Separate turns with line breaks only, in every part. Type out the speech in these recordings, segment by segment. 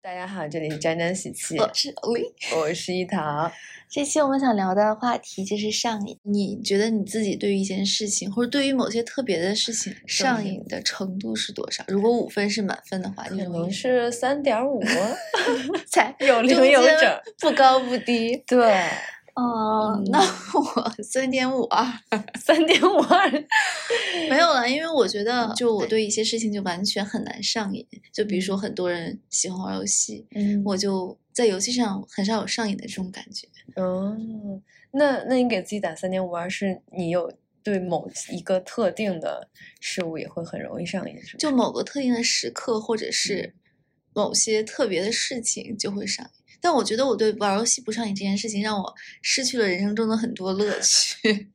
大家好，这里是沾沾喜气，
我是 Oli。
我是一桃。
这期我们想聊的话题就是上瘾。你觉得你自己对于一件事情，或者对于某些特别的事情，上瘾的程度是多少？如果五分是满分的话，
可
你有
能是三点五，
才
有零有整，
不高不低。
对，
哦、
嗯
那我 三点五二
三点五 二，
没有了，因为我觉得，就我
对
对一嗯些事情就完全很难上瘾。就比如说，很多人喜欢玩游戏，
嗯
我就在游戏上很少有上瘾的这种感觉。
哦，那那你给自己打三点五二，是你有对某一个特定的事物也会很容易上瘾，是吗？
就某个特定的时刻，
嗯
或者是某些特别的事情，就会上瘾。但我觉得我对玩游戏不上瘾这件事情，让我失去了人生中的很多乐趣。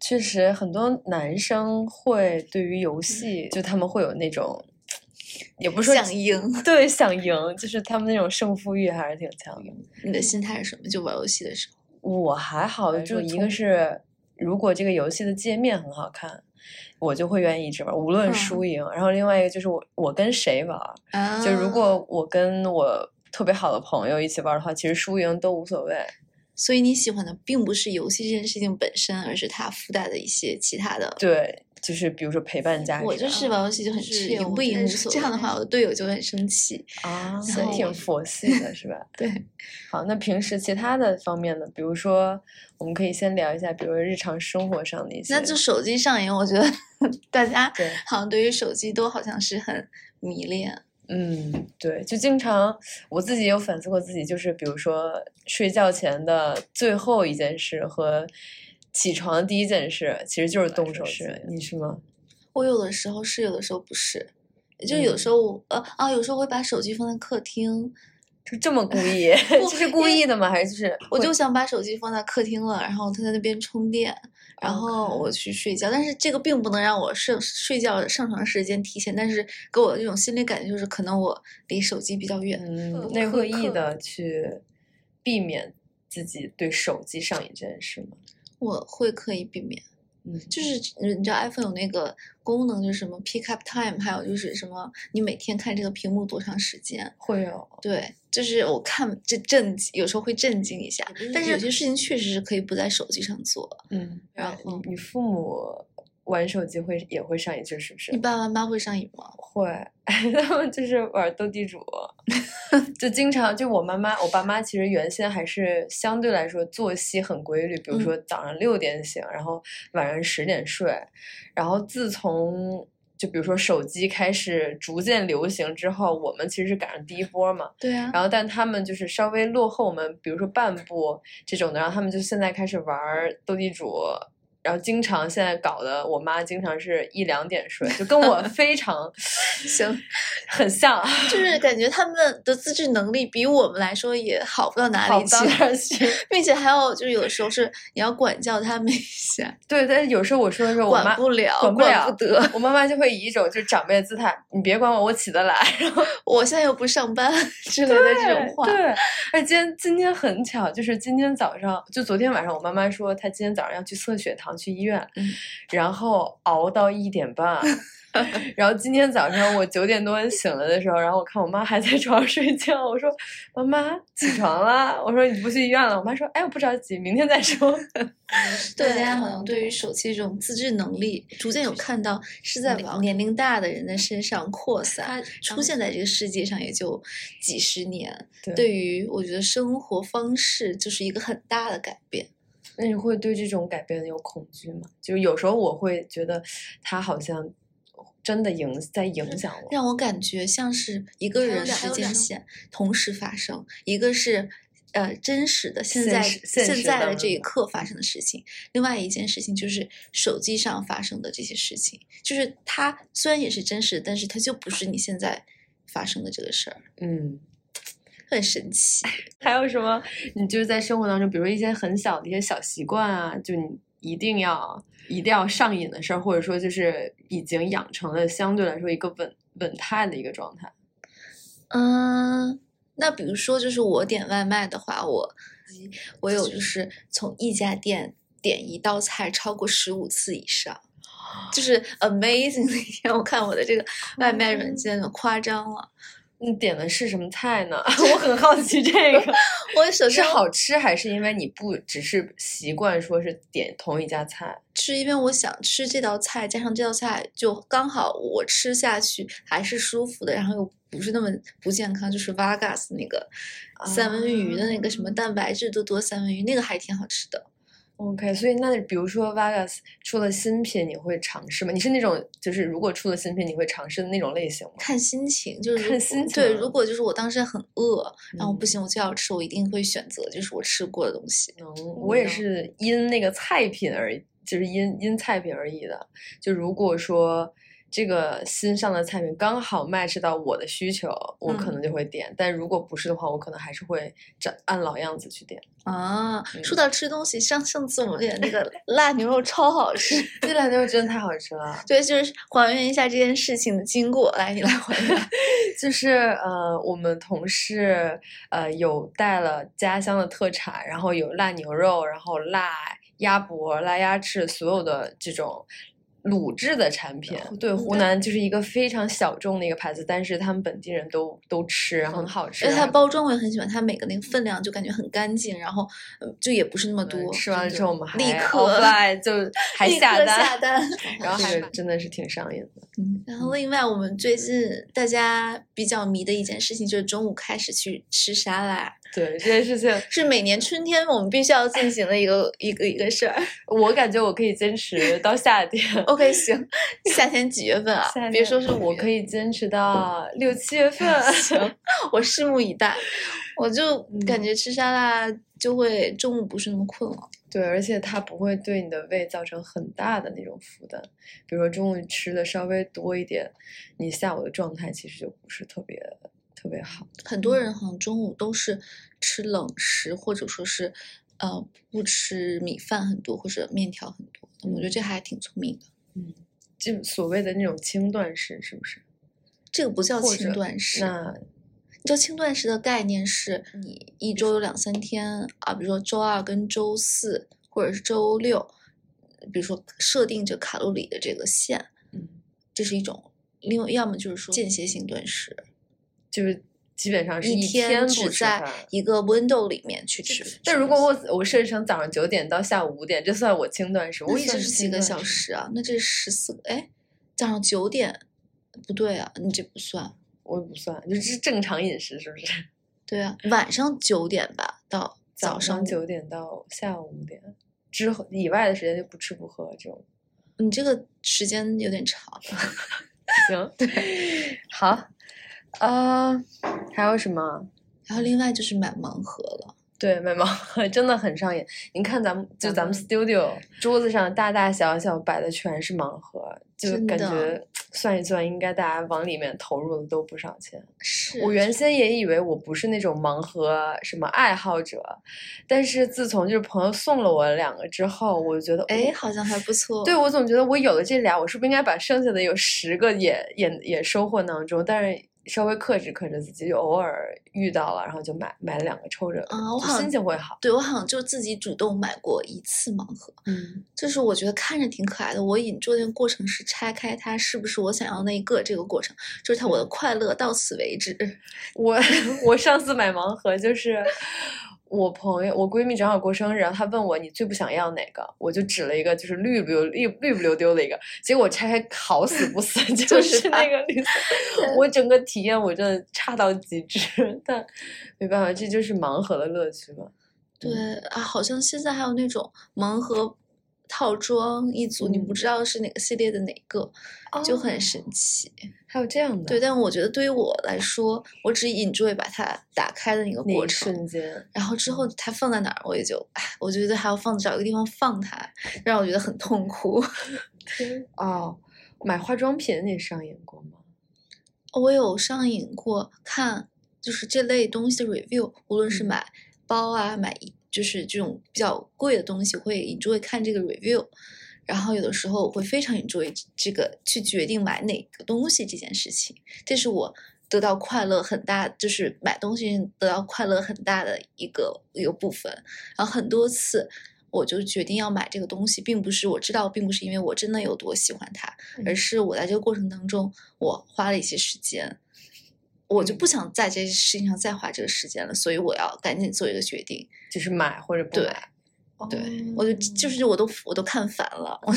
确实，很多男生会对于
嗯
游戏，就他们会有那种，也 不是说
想赢，
对想赢，就是他们那种胜负欲还是挺强的。
你的心态是什么？就玩游戏的时候，
我还好，
还
就是一
从
个是如果这个游戏的界面很好看，我就会愿意一直玩，无论
嗯
输赢。然后另外一个就是我我跟谁玩，
啊
就如果我跟我特别好的朋友一起玩的话，其实输赢都无所谓。
所以你喜欢的并不是游戏这件事情本身，而是它附带的一些其他的。
对，就是比如说陪伴家人，
我就是玩游戏就很
是
赢
我
不
觉
赢
得
无
是
所谓。这样的话，我的队友就会很 生气。
啊，
所以
挺佛系的是吧？
对，
好，那平时其他的方面呢？比如说，我们可以先聊一下，比如说日常生活上的一些。
那就手机上瘾，我觉得 大家
对，
好像对于手机都好像是很迷恋。
嗯，对，就经常我自己也有反思过自己，就是比如说睡觉前的最后一件事和起床的第一件事，其实就是动手机。你是吗？
我有的时候是，有的时候不是。就有
嗯
时候我、呃啊，有时候会把手机放在客厅，
就这么故意？
不
这是故
因为
意的吗？还是就是
我
会
就想把手机放在客厅了，然后它在那边充电，然后
OK
我去睡觉。但是这个并不能让我睡睡觉上床时间提前，但是给我这种心理感觉就是，可能我离手机比较远。
嗯
刻，
那
刻
刻意
刻
的去避免自己对手机上瘾这件事吗？
我会刻意避免，
嗯，
就是你知道 iPhone 有那个功能，就是什么 pick up time，还有就是什么你每天看这个屏幕多长时间，
会有。
对，就是我看这震惊，有时候会震惊一下，但是有些事情确实是可以不在手机上做。
嗯，
然
你
后
你父母玩手机会也会上瘾，这是不是？
你爸爸妈妈会上瘾吗？
会，他们就是玩斗地主， 就经常就我妈妈、我爸妈其实原先还是相对来说作息很规律，比如
嗯
说早上六点醒，然后晚上十点睡，然后自从。就比如说手机开始逐渐流行之后，我们其实是赶上第一波嘛，
对啊，
然后但他们就是稍微落后我们，比如说半步这种的，然后他们就现在开始玩儿斗地主，然后经常现在搞得我妈经常是一两点睡，就跟我非常
行，
很像，
就是感觉他们的自制能力比我们来说也好不到 哪
好
里
不
去
到，哪儿去。
并且还有就是有的时候是你要管教他们一下，
对，但是有时候我说的时候，我
管
妈
不了，
管
管
不了
得。
我妈妈就会以一种就是长辈的姿态，你别管我，我起得来
我现在又不上 班之类的这种 话，
对，而今天今天很巧，就是今天早上，就昨天晚上，我妈妈说她今天早上要去测血糖，去医院，
嗯
然后熬到一点 半。然后今天早上我九点多醒了的时候，然后我看我妈还在床上睡觉，我说：“妈妈起床啦！”我说：“你不去医院了？”我妈说：“哎，我不着急，明天再说。
对大家好像对于手机这种自制能力，逐渐有看到是在往年龄大的人的身上扩散，出现在这个世界上也就几十年。
对
对于我觉得生活方式就是一个很大的改变。”
那你会对这种改变有恐惧吗？就是有时候我会觉得他好像真的影在影响我。
让我感觉像是一个
还有
人
两
时
还有
间
两种
线同时发生，一个是呃真实的现
现
在
实现
现
实
在
当
的这一
中的
刻发生的事情，另外一件事情就是手机上发生的这些事情，就是它虽然也是真实，但是它就不是你现在发生的这个事儿，
嗯，
很神奇。
还有什么？你就是在生活当中，比如说一些很小的一些小习惯啊，就你一定要一定要上瘾的事儿，或者说就是已经养成了相对来说一个稳稳态的一个状态。
嗯，那比如说，就是我点外卖的话，我
嗯
我有就是从一家店点一道菜超过十五次以上，
哦
就是 amazing 那天我看我的这个外卖软件夸张了，
你点的是什么菜呢？ 我很好奇这个
我 首
是
先
好吃，还是因为你不只是习惯说是点同一家菜？
是因为我想吃这道菜，加上这道菜就刚好我吃下去还是舒服的，然后又不是那么不健康，就是 Vargas 那个三文鱼的那个什
啊
么蛋白质多多三文鱼，那个还挺好吃的。
OK，所以那比如说 Vegas 出了新品，你会尝试吗？你是那种就是如果出了新品你会尝试的那种类型吗？
看心情，就是如
看心情
对，
啊
如果就是我当时很饿，然后
嗯
不行我就要吃，我一定会选择就是我吃过的东西。
能，我也
嗯
是因那个菜品而，就是因因菜品而异的。就如果说这个新上的菜品刚好 match 到我的需求，我可
嗯
能就会点；但如果不是的话，我可能还是会照按老样子去点。
啊，说
嗯
到吃东西，上上次我们点 那个辣牛肉超好吃。
这两天真的太好吃了。
对，就是还原一下这件事情的经过。来，你来还 原。
就是呃，我们同事呃有带了家乡的特产，然后有辣牛肉，然后辣鸭脖、辣鸭翅，所有的这种卤制的产品。对，湖
对
南就是一个非常小众的一个牌子，但是他们本地人都都吃，然后很好吃。
而且它
然后
哦包装我也很喜欢，它每个那个分量就感觉很干净，然后嗯就也不是那么
我们
多。
吃完
真
之
的
后，我们还
立
offline
刻
就还
立
下
刻
单，
下单，
然后还
是
真的是挺上瘾的。
嗯然后另外我们最近大家比较迷的一件事情就是中午开始去吃沙拉，
对这件 事情，
是每年春天我们必须要进行的一个一个一个事儿。
我感觉我可以坚持到夏天。
OK，行，夏天几月份啊
夏？
别
天
说是五
我
月
可以坚持到六七月份。
啊我拭目以待。我就感
嗯
觉吃沙拉就会中午不是那么困了。
对，而且它不会对你的胃造成很大的那种负担。比如说中午吃的稍微多一点，你下午的状态其实就不是特别特别好。
很多
嗯
人好像中午都是吃冷食，或者说是呃不吃米饭很多，或者面条很多。我觉得这还挺聪明的。
就所谓的那种轻断食，是不是？
这个不叫
或
轻
者
断食，
那
你知道轻断食的概念是你一周有两三天啊，比如说周二跟周四，或者是周六，比如说设定这卡路里的这个线，
嗯，
这是一种。另外，要么就是说间歇性断食，
就是基本上是
一
天
只
不吃饭。
在一个 window 里面去吃。
但如果我我设置成早上九点到下午五点，这算我轻断食，
我
我
一
也
直
算
是
是
几
轻
个
断
小
食。
时啊，那这十四个哎，早上九点不对啊，你这不算。
我也不算，就是正常饮食，是不是？
对啊，晚上九点吧到
早
上
上，九点到下午五点之后以外的时间就不吃不喝这种。
你这个时间有点长。
行，好，呃，还有什么？
然后另外就是买盲盒了，
对，买盲盒 真的很上瘾。您看咱们就咱
咱们
们 studio 桌子上大大小小摆的全是盲盒，就
真
感
的
觉算一算，应该大家往里面投入的都不少钱。
是
我原先也以为我不是那种盲盒什么爱好者，但是自从就是朋友送了我两个之后，我觉得
哎好像还不错。
对，我总觉得我有了这俩，我是不是应该把剩下的有十个也也也收获囊中？但是稍微克制克制自己，就偶尔遇到了，然后就买买两个抽着，
啊
就
我好
心情会好。
对我好像就自己主动买过一次盲盒，
嗯，
就是我觉得看着挺可爱的。我引注的过程是拆开它是不是我想要那一个这个过程，就是它我
嗯
的快乐到此 为止。
我我上次买盲盒就是。我朋友，我闺蜜正好过生日，然后她问我你最不想要哪个，我就指了一个，就是绿不溜绿绿不溜丢的一个，结果我拆开好死不死
就
就是是
它
那个绿色
对，
我整个体验我真的差到极致，但没办法，这就是盲盒的乐趣嘛。嗯
对啊，好像现在还有那种盲盒套装一组，你
嗯
不
哦
知道是哪个系列的哪个，就很神奇。
还有这样的，
对，，但我觉得对于我来说，我只 enjoy 把它打开的那个
那
过
一
程，
瞬间，
然后之后它放在哪儿，我也就，哎，我觉得还要放找一个地方放它，让我觉得很痛苦。
哦，买化妆品你上瘾过吗？
我有上瘾过看，就是这类东西的 review，无论是
嗯
买包啊，买衣就是这种比较贵的东西，会 enjoy 看这个 review。然后有的时候我会非常 enjoy 这这个去决定买哪个东西这件事情，这是我得到快乐很大，就是买东西得到快乐很大的一个一个部分。然后很多次我就决定要买这个东西，并不是我知道，并不是因为我真的有多喜欢它，而
嗯
是我在这个过程当中我花了一些时间。我就不想在这些事情上再花这个时间了，所以我要赶紧做一个决定。
就是买或者不
对
买。
对，
哦
我就就是我都我都看烦了，我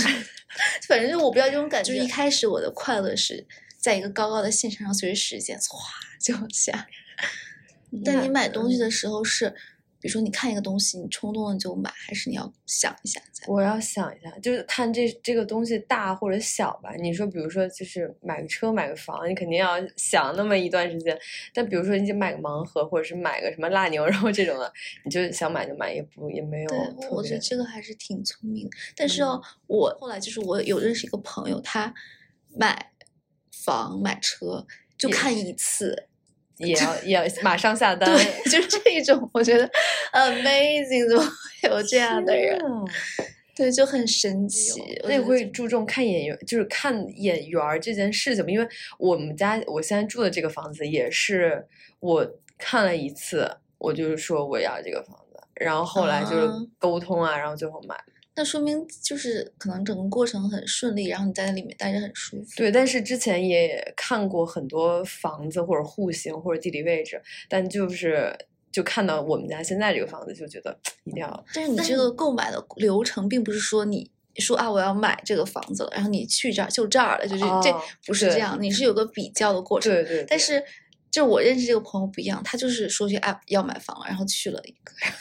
反正就我不要这种感觉。就是一开始我的快乐是在一个高高的线上，随着时间唰就往下。但你
那
买东西的时候是，比如说你看一个东西，你冲动了就买，还是你要想一下再？
我要想一下，就是看这这个东西大或者小吧。你说，比如说，就是买个车、买个房，你肯定要想那么一段时间。但比如说，你就买个盲盒，或者是买个什么辣牛肉 这种的，你就想买就买，也不也没有
对，
特
我觉
别嗯
得。这个还是挺聪明的。但是哦，我后来就是我有认识一个朋友，他买房买车就
也
看一次，
也 要也要马上下单。
对，就这一种，我觉得 amazing，怎么会有这样的人？
天啊
对，就很神奇。我
哎那也
觉得
会注重看演员，就是看演员儿这件事情吗？因为我们家我现在住的这个房子也是我看了一次，我就是说我要这个房子，然后后来就是
啊
沟通啊，然后最后买。
那说明就是可能整个过程很顺利，然后你在里面待着很舒服。
对，但是之前也看过很多房子或者户型或者地理位置，但就是就看到我们家现在这个房子，就觉得一定要
但是你
但
这个购买的流程，并不是说你说啊我要买这个房子了，然后你去这儿就这儿了，就是、这
哦
不是这
对
样，你是有个比较的过 程。
对对。对
但是就我认识这个朋友不一样，他就是说去 app 要买房了，然后去了一个， 然后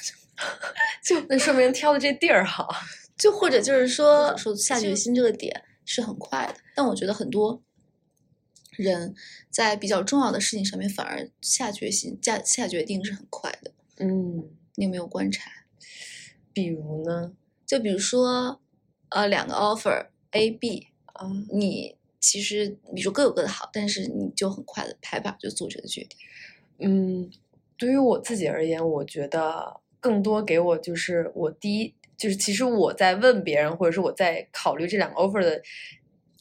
就那说 明挑的这地儿好。
就或者就是说说下
就
决心这个点是很快的，但我觉得很多人在比较重要的事情上面反而下决心下下决定是很快的，
嗯，
你有没有观察？
比如呢？
就比如说，呃，两个 offer A、B，
啊，
你其实比如说各有各的好，但是你就很快的拍板就做这个决定。
嗯，对于我自己而言，我觉得更多给我就是我第一就是，其实我在问别人，或者是我在考虑这两个 offer 的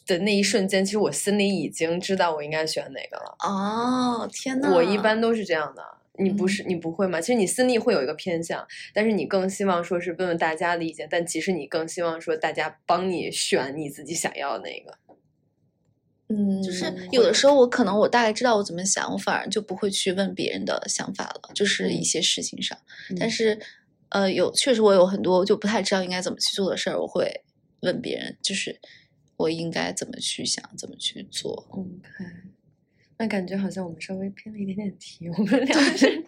的那一瞬间，其实我心里已经知道我应该选哪个了。
哦，天呐，
我一般都是这样的。你不是你不会吗？其实你心里会有一个偏向，但是你更希望说是问问大家的意见，但其实你更希望说大家帮你选你自己想要的那个。
嗯，就是有
会
的时候我可能我大概知道我怎么想，我反而就不会去问别人的想法了，就是一
嗯
些事情上。但
嗯
是，呃，有确实我有很多就不太知道应该怎么去做的事儿，我会问别人，就是我应该怎么去想，怎么去做。
OK，那感觉好像我们稍微偏了一点点题，我们聊的是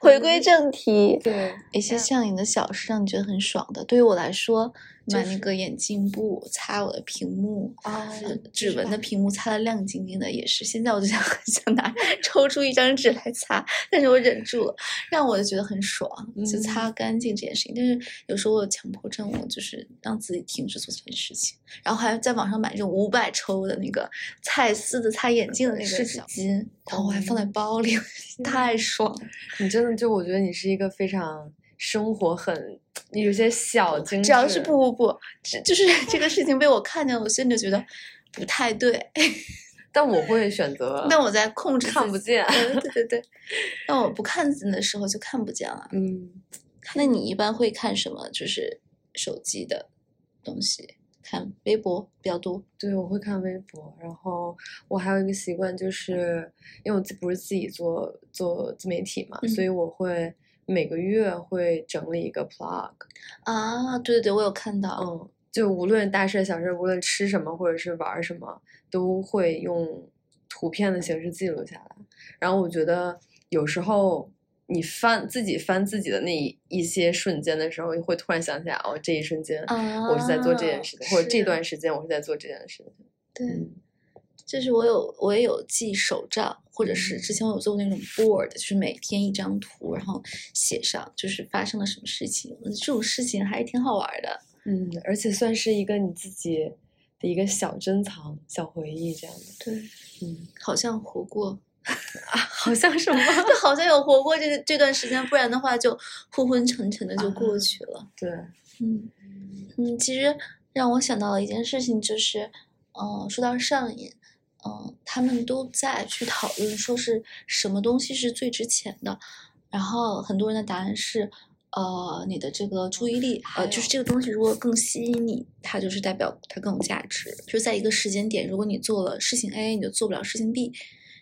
回归正题，
对，
嗯一些上瘾的小事让你觉得很爽的，对于我来说，
就
买那
是
个眼镜布擦我的屏幕。
啊
呃指纹的屏幕擦的亮晶晶的，也是。现在我就想 想拿抽出一张纸来擦，但是我忍住了，让我觉得很爽，就
嗯
擦干净这件事情。但是有时候我有强迫症，我就是让自己停止做这件事情，然后还在网上买这种五百抽的那个蔡司的擦眼镜的那个
是
纸
小
巾，然后我还放在包里， 太爽了。
你嗯真的就我觉得你是一个非常生活很你有些小精致，
只要是不不不，只就是这个事情被我看见了，我心里就觉得不太对，
但我会选择，
但我在控制自
嗯 看不
己
见
嗯对对对，那我不看见的时候就看不见了。
嗯，
那你一般会看什么？就是手机的东西，看微博比较多。
对，我会看微博，然后我还有一个习惯，就是因为我自不是自己做做自媒体嘛，
嗯
所以我会每个月会整理一个 blog，
啊，对对对，我有看到。
嗯，就无论大事小事，无论吃什么或者是玩儿什么，都会用图片的形式记录下来。然后我觉得有时候你翻自己翻自己的那一一些瞬间的时候，会突然想起来，哦，这一瞬间
啊，
我是在做这件事情，或者这
是
段时间我是在做这件事情。
对，
嗯
就是我有我也有记手账，或者是
嗯
之前我有做过那种 board，就是每天一张图，然后写上就是发生了什么事情，我觉得这种事情还挺好玩的。
嗯，而且算是一个你自己的一个小珍藏、小回忆这样的。
对，
嗯，
好像活过，
好像什么？
就好像有活过这这段时间，不然的话就昏昏沉沉的就过
啊
去了。
对，
嗯嗯，其实让我想到了一件事情，就是，嗯、说到上瘾，嗯、他们都在去讨论说是什么东西是最值钱的，然后很多人的答案是，呃，你的这个注意力，呃，就
还
是
有
这个东西如果更吸引你，它就是代表它更有价值。就在一个时间点，如果你做了事情 A，你就做不了事情 B。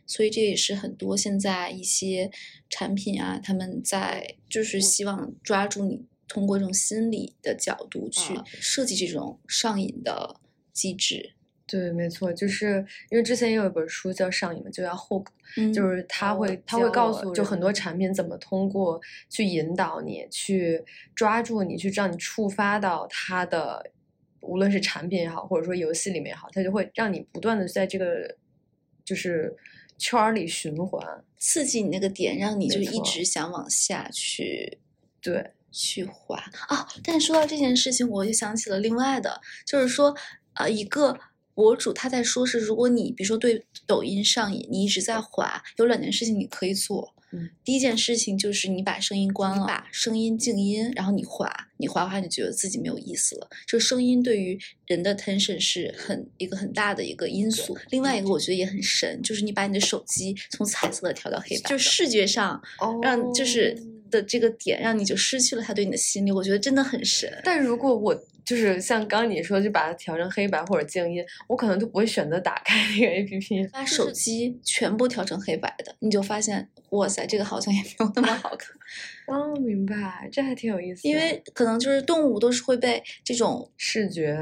所以这也是很多现在一些产品啊，他们在就是希望抓住你通过这种心理的角度去
啊
设计这种上瘾的机制，
对，没错，就是因为之前也有一本书叫《上瘾》嘛，就叫 Hook，、
嗯
就是他
哦
会他会
教
告
我
诉就
人
很多产品怎么通过去引导你，去抓住你，去让你触发到它的，无论是产品也好，或者说游戏里面也好，它就会让你不断的在这个就是圈儿里循环。
刺激你那个点，让你
没
就一
错
直想往下去
对，
去滑啊。但说到这件事情，我就想起了另外的，就是说，呃，一个博主他在说是，如果你比如说对抖音上瘾，你一直在滑，有两件事情你可以做。
嗯，
第一件事情就是你把声音关了，把声音静音，然后你滑，你滑滑，你觉得自己没有意思了。就声音对于人的 tension 是很一个很大的一个因素。另外一个我觉得也很神，就是你把你的手机从彩色的调到黑白的，就视觉上
哦
让就是的这个点，让你就失去了他对你的吸引力。我觉得真的很神。
但如果我就是像刚你说，就把它调成黑白或者静音，我可能就不会选择打开那个 A P P。
把手机全部调成黑白的，你就发现，哇塞，这个好像也没有那么 好看。
哦，明白，这还挺有意思的。
因为可能就是动物都是会被这种
视觉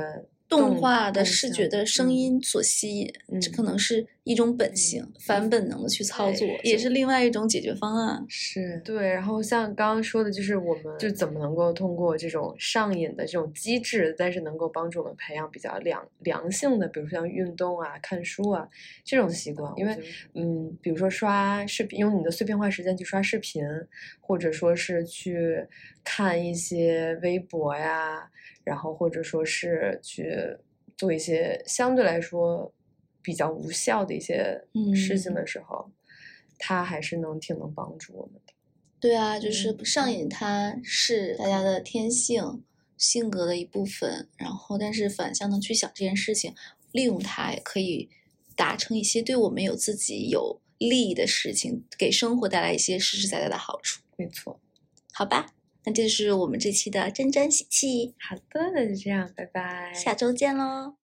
动
动
画的
动
视
向
觉的声
嗯
音所吸引，这
嗯
可能是一种本性，反本能的去操作，也是另外一种解决方案。
是对，然后像刚刚说的，就是我们就怎么能够通过这种上瘾的这种机制，但是能够帮助我们培养比较良良性的，比如像运动啊、看书啊这种习惯。因为嗯，比如说刷视频，用你的碎片化时间去刷视频，或者说是去看一些微博呀，然后或者说是去做一些相对来说比较无效的一些事情的时候，它还是能挺能帮助我们的。
对啊，就是
嗯
上瘾，它是大家的天性、性格的一部分。然后，但是反向的去想这件事情，利用它也可以达成一些对我们有自己有利益的事情，给生活带来一些实实在在的好处，
没错，
好吧？那这是我们这期的沾沾喜气，
好的，那就这样，拜拜。
下周见喽。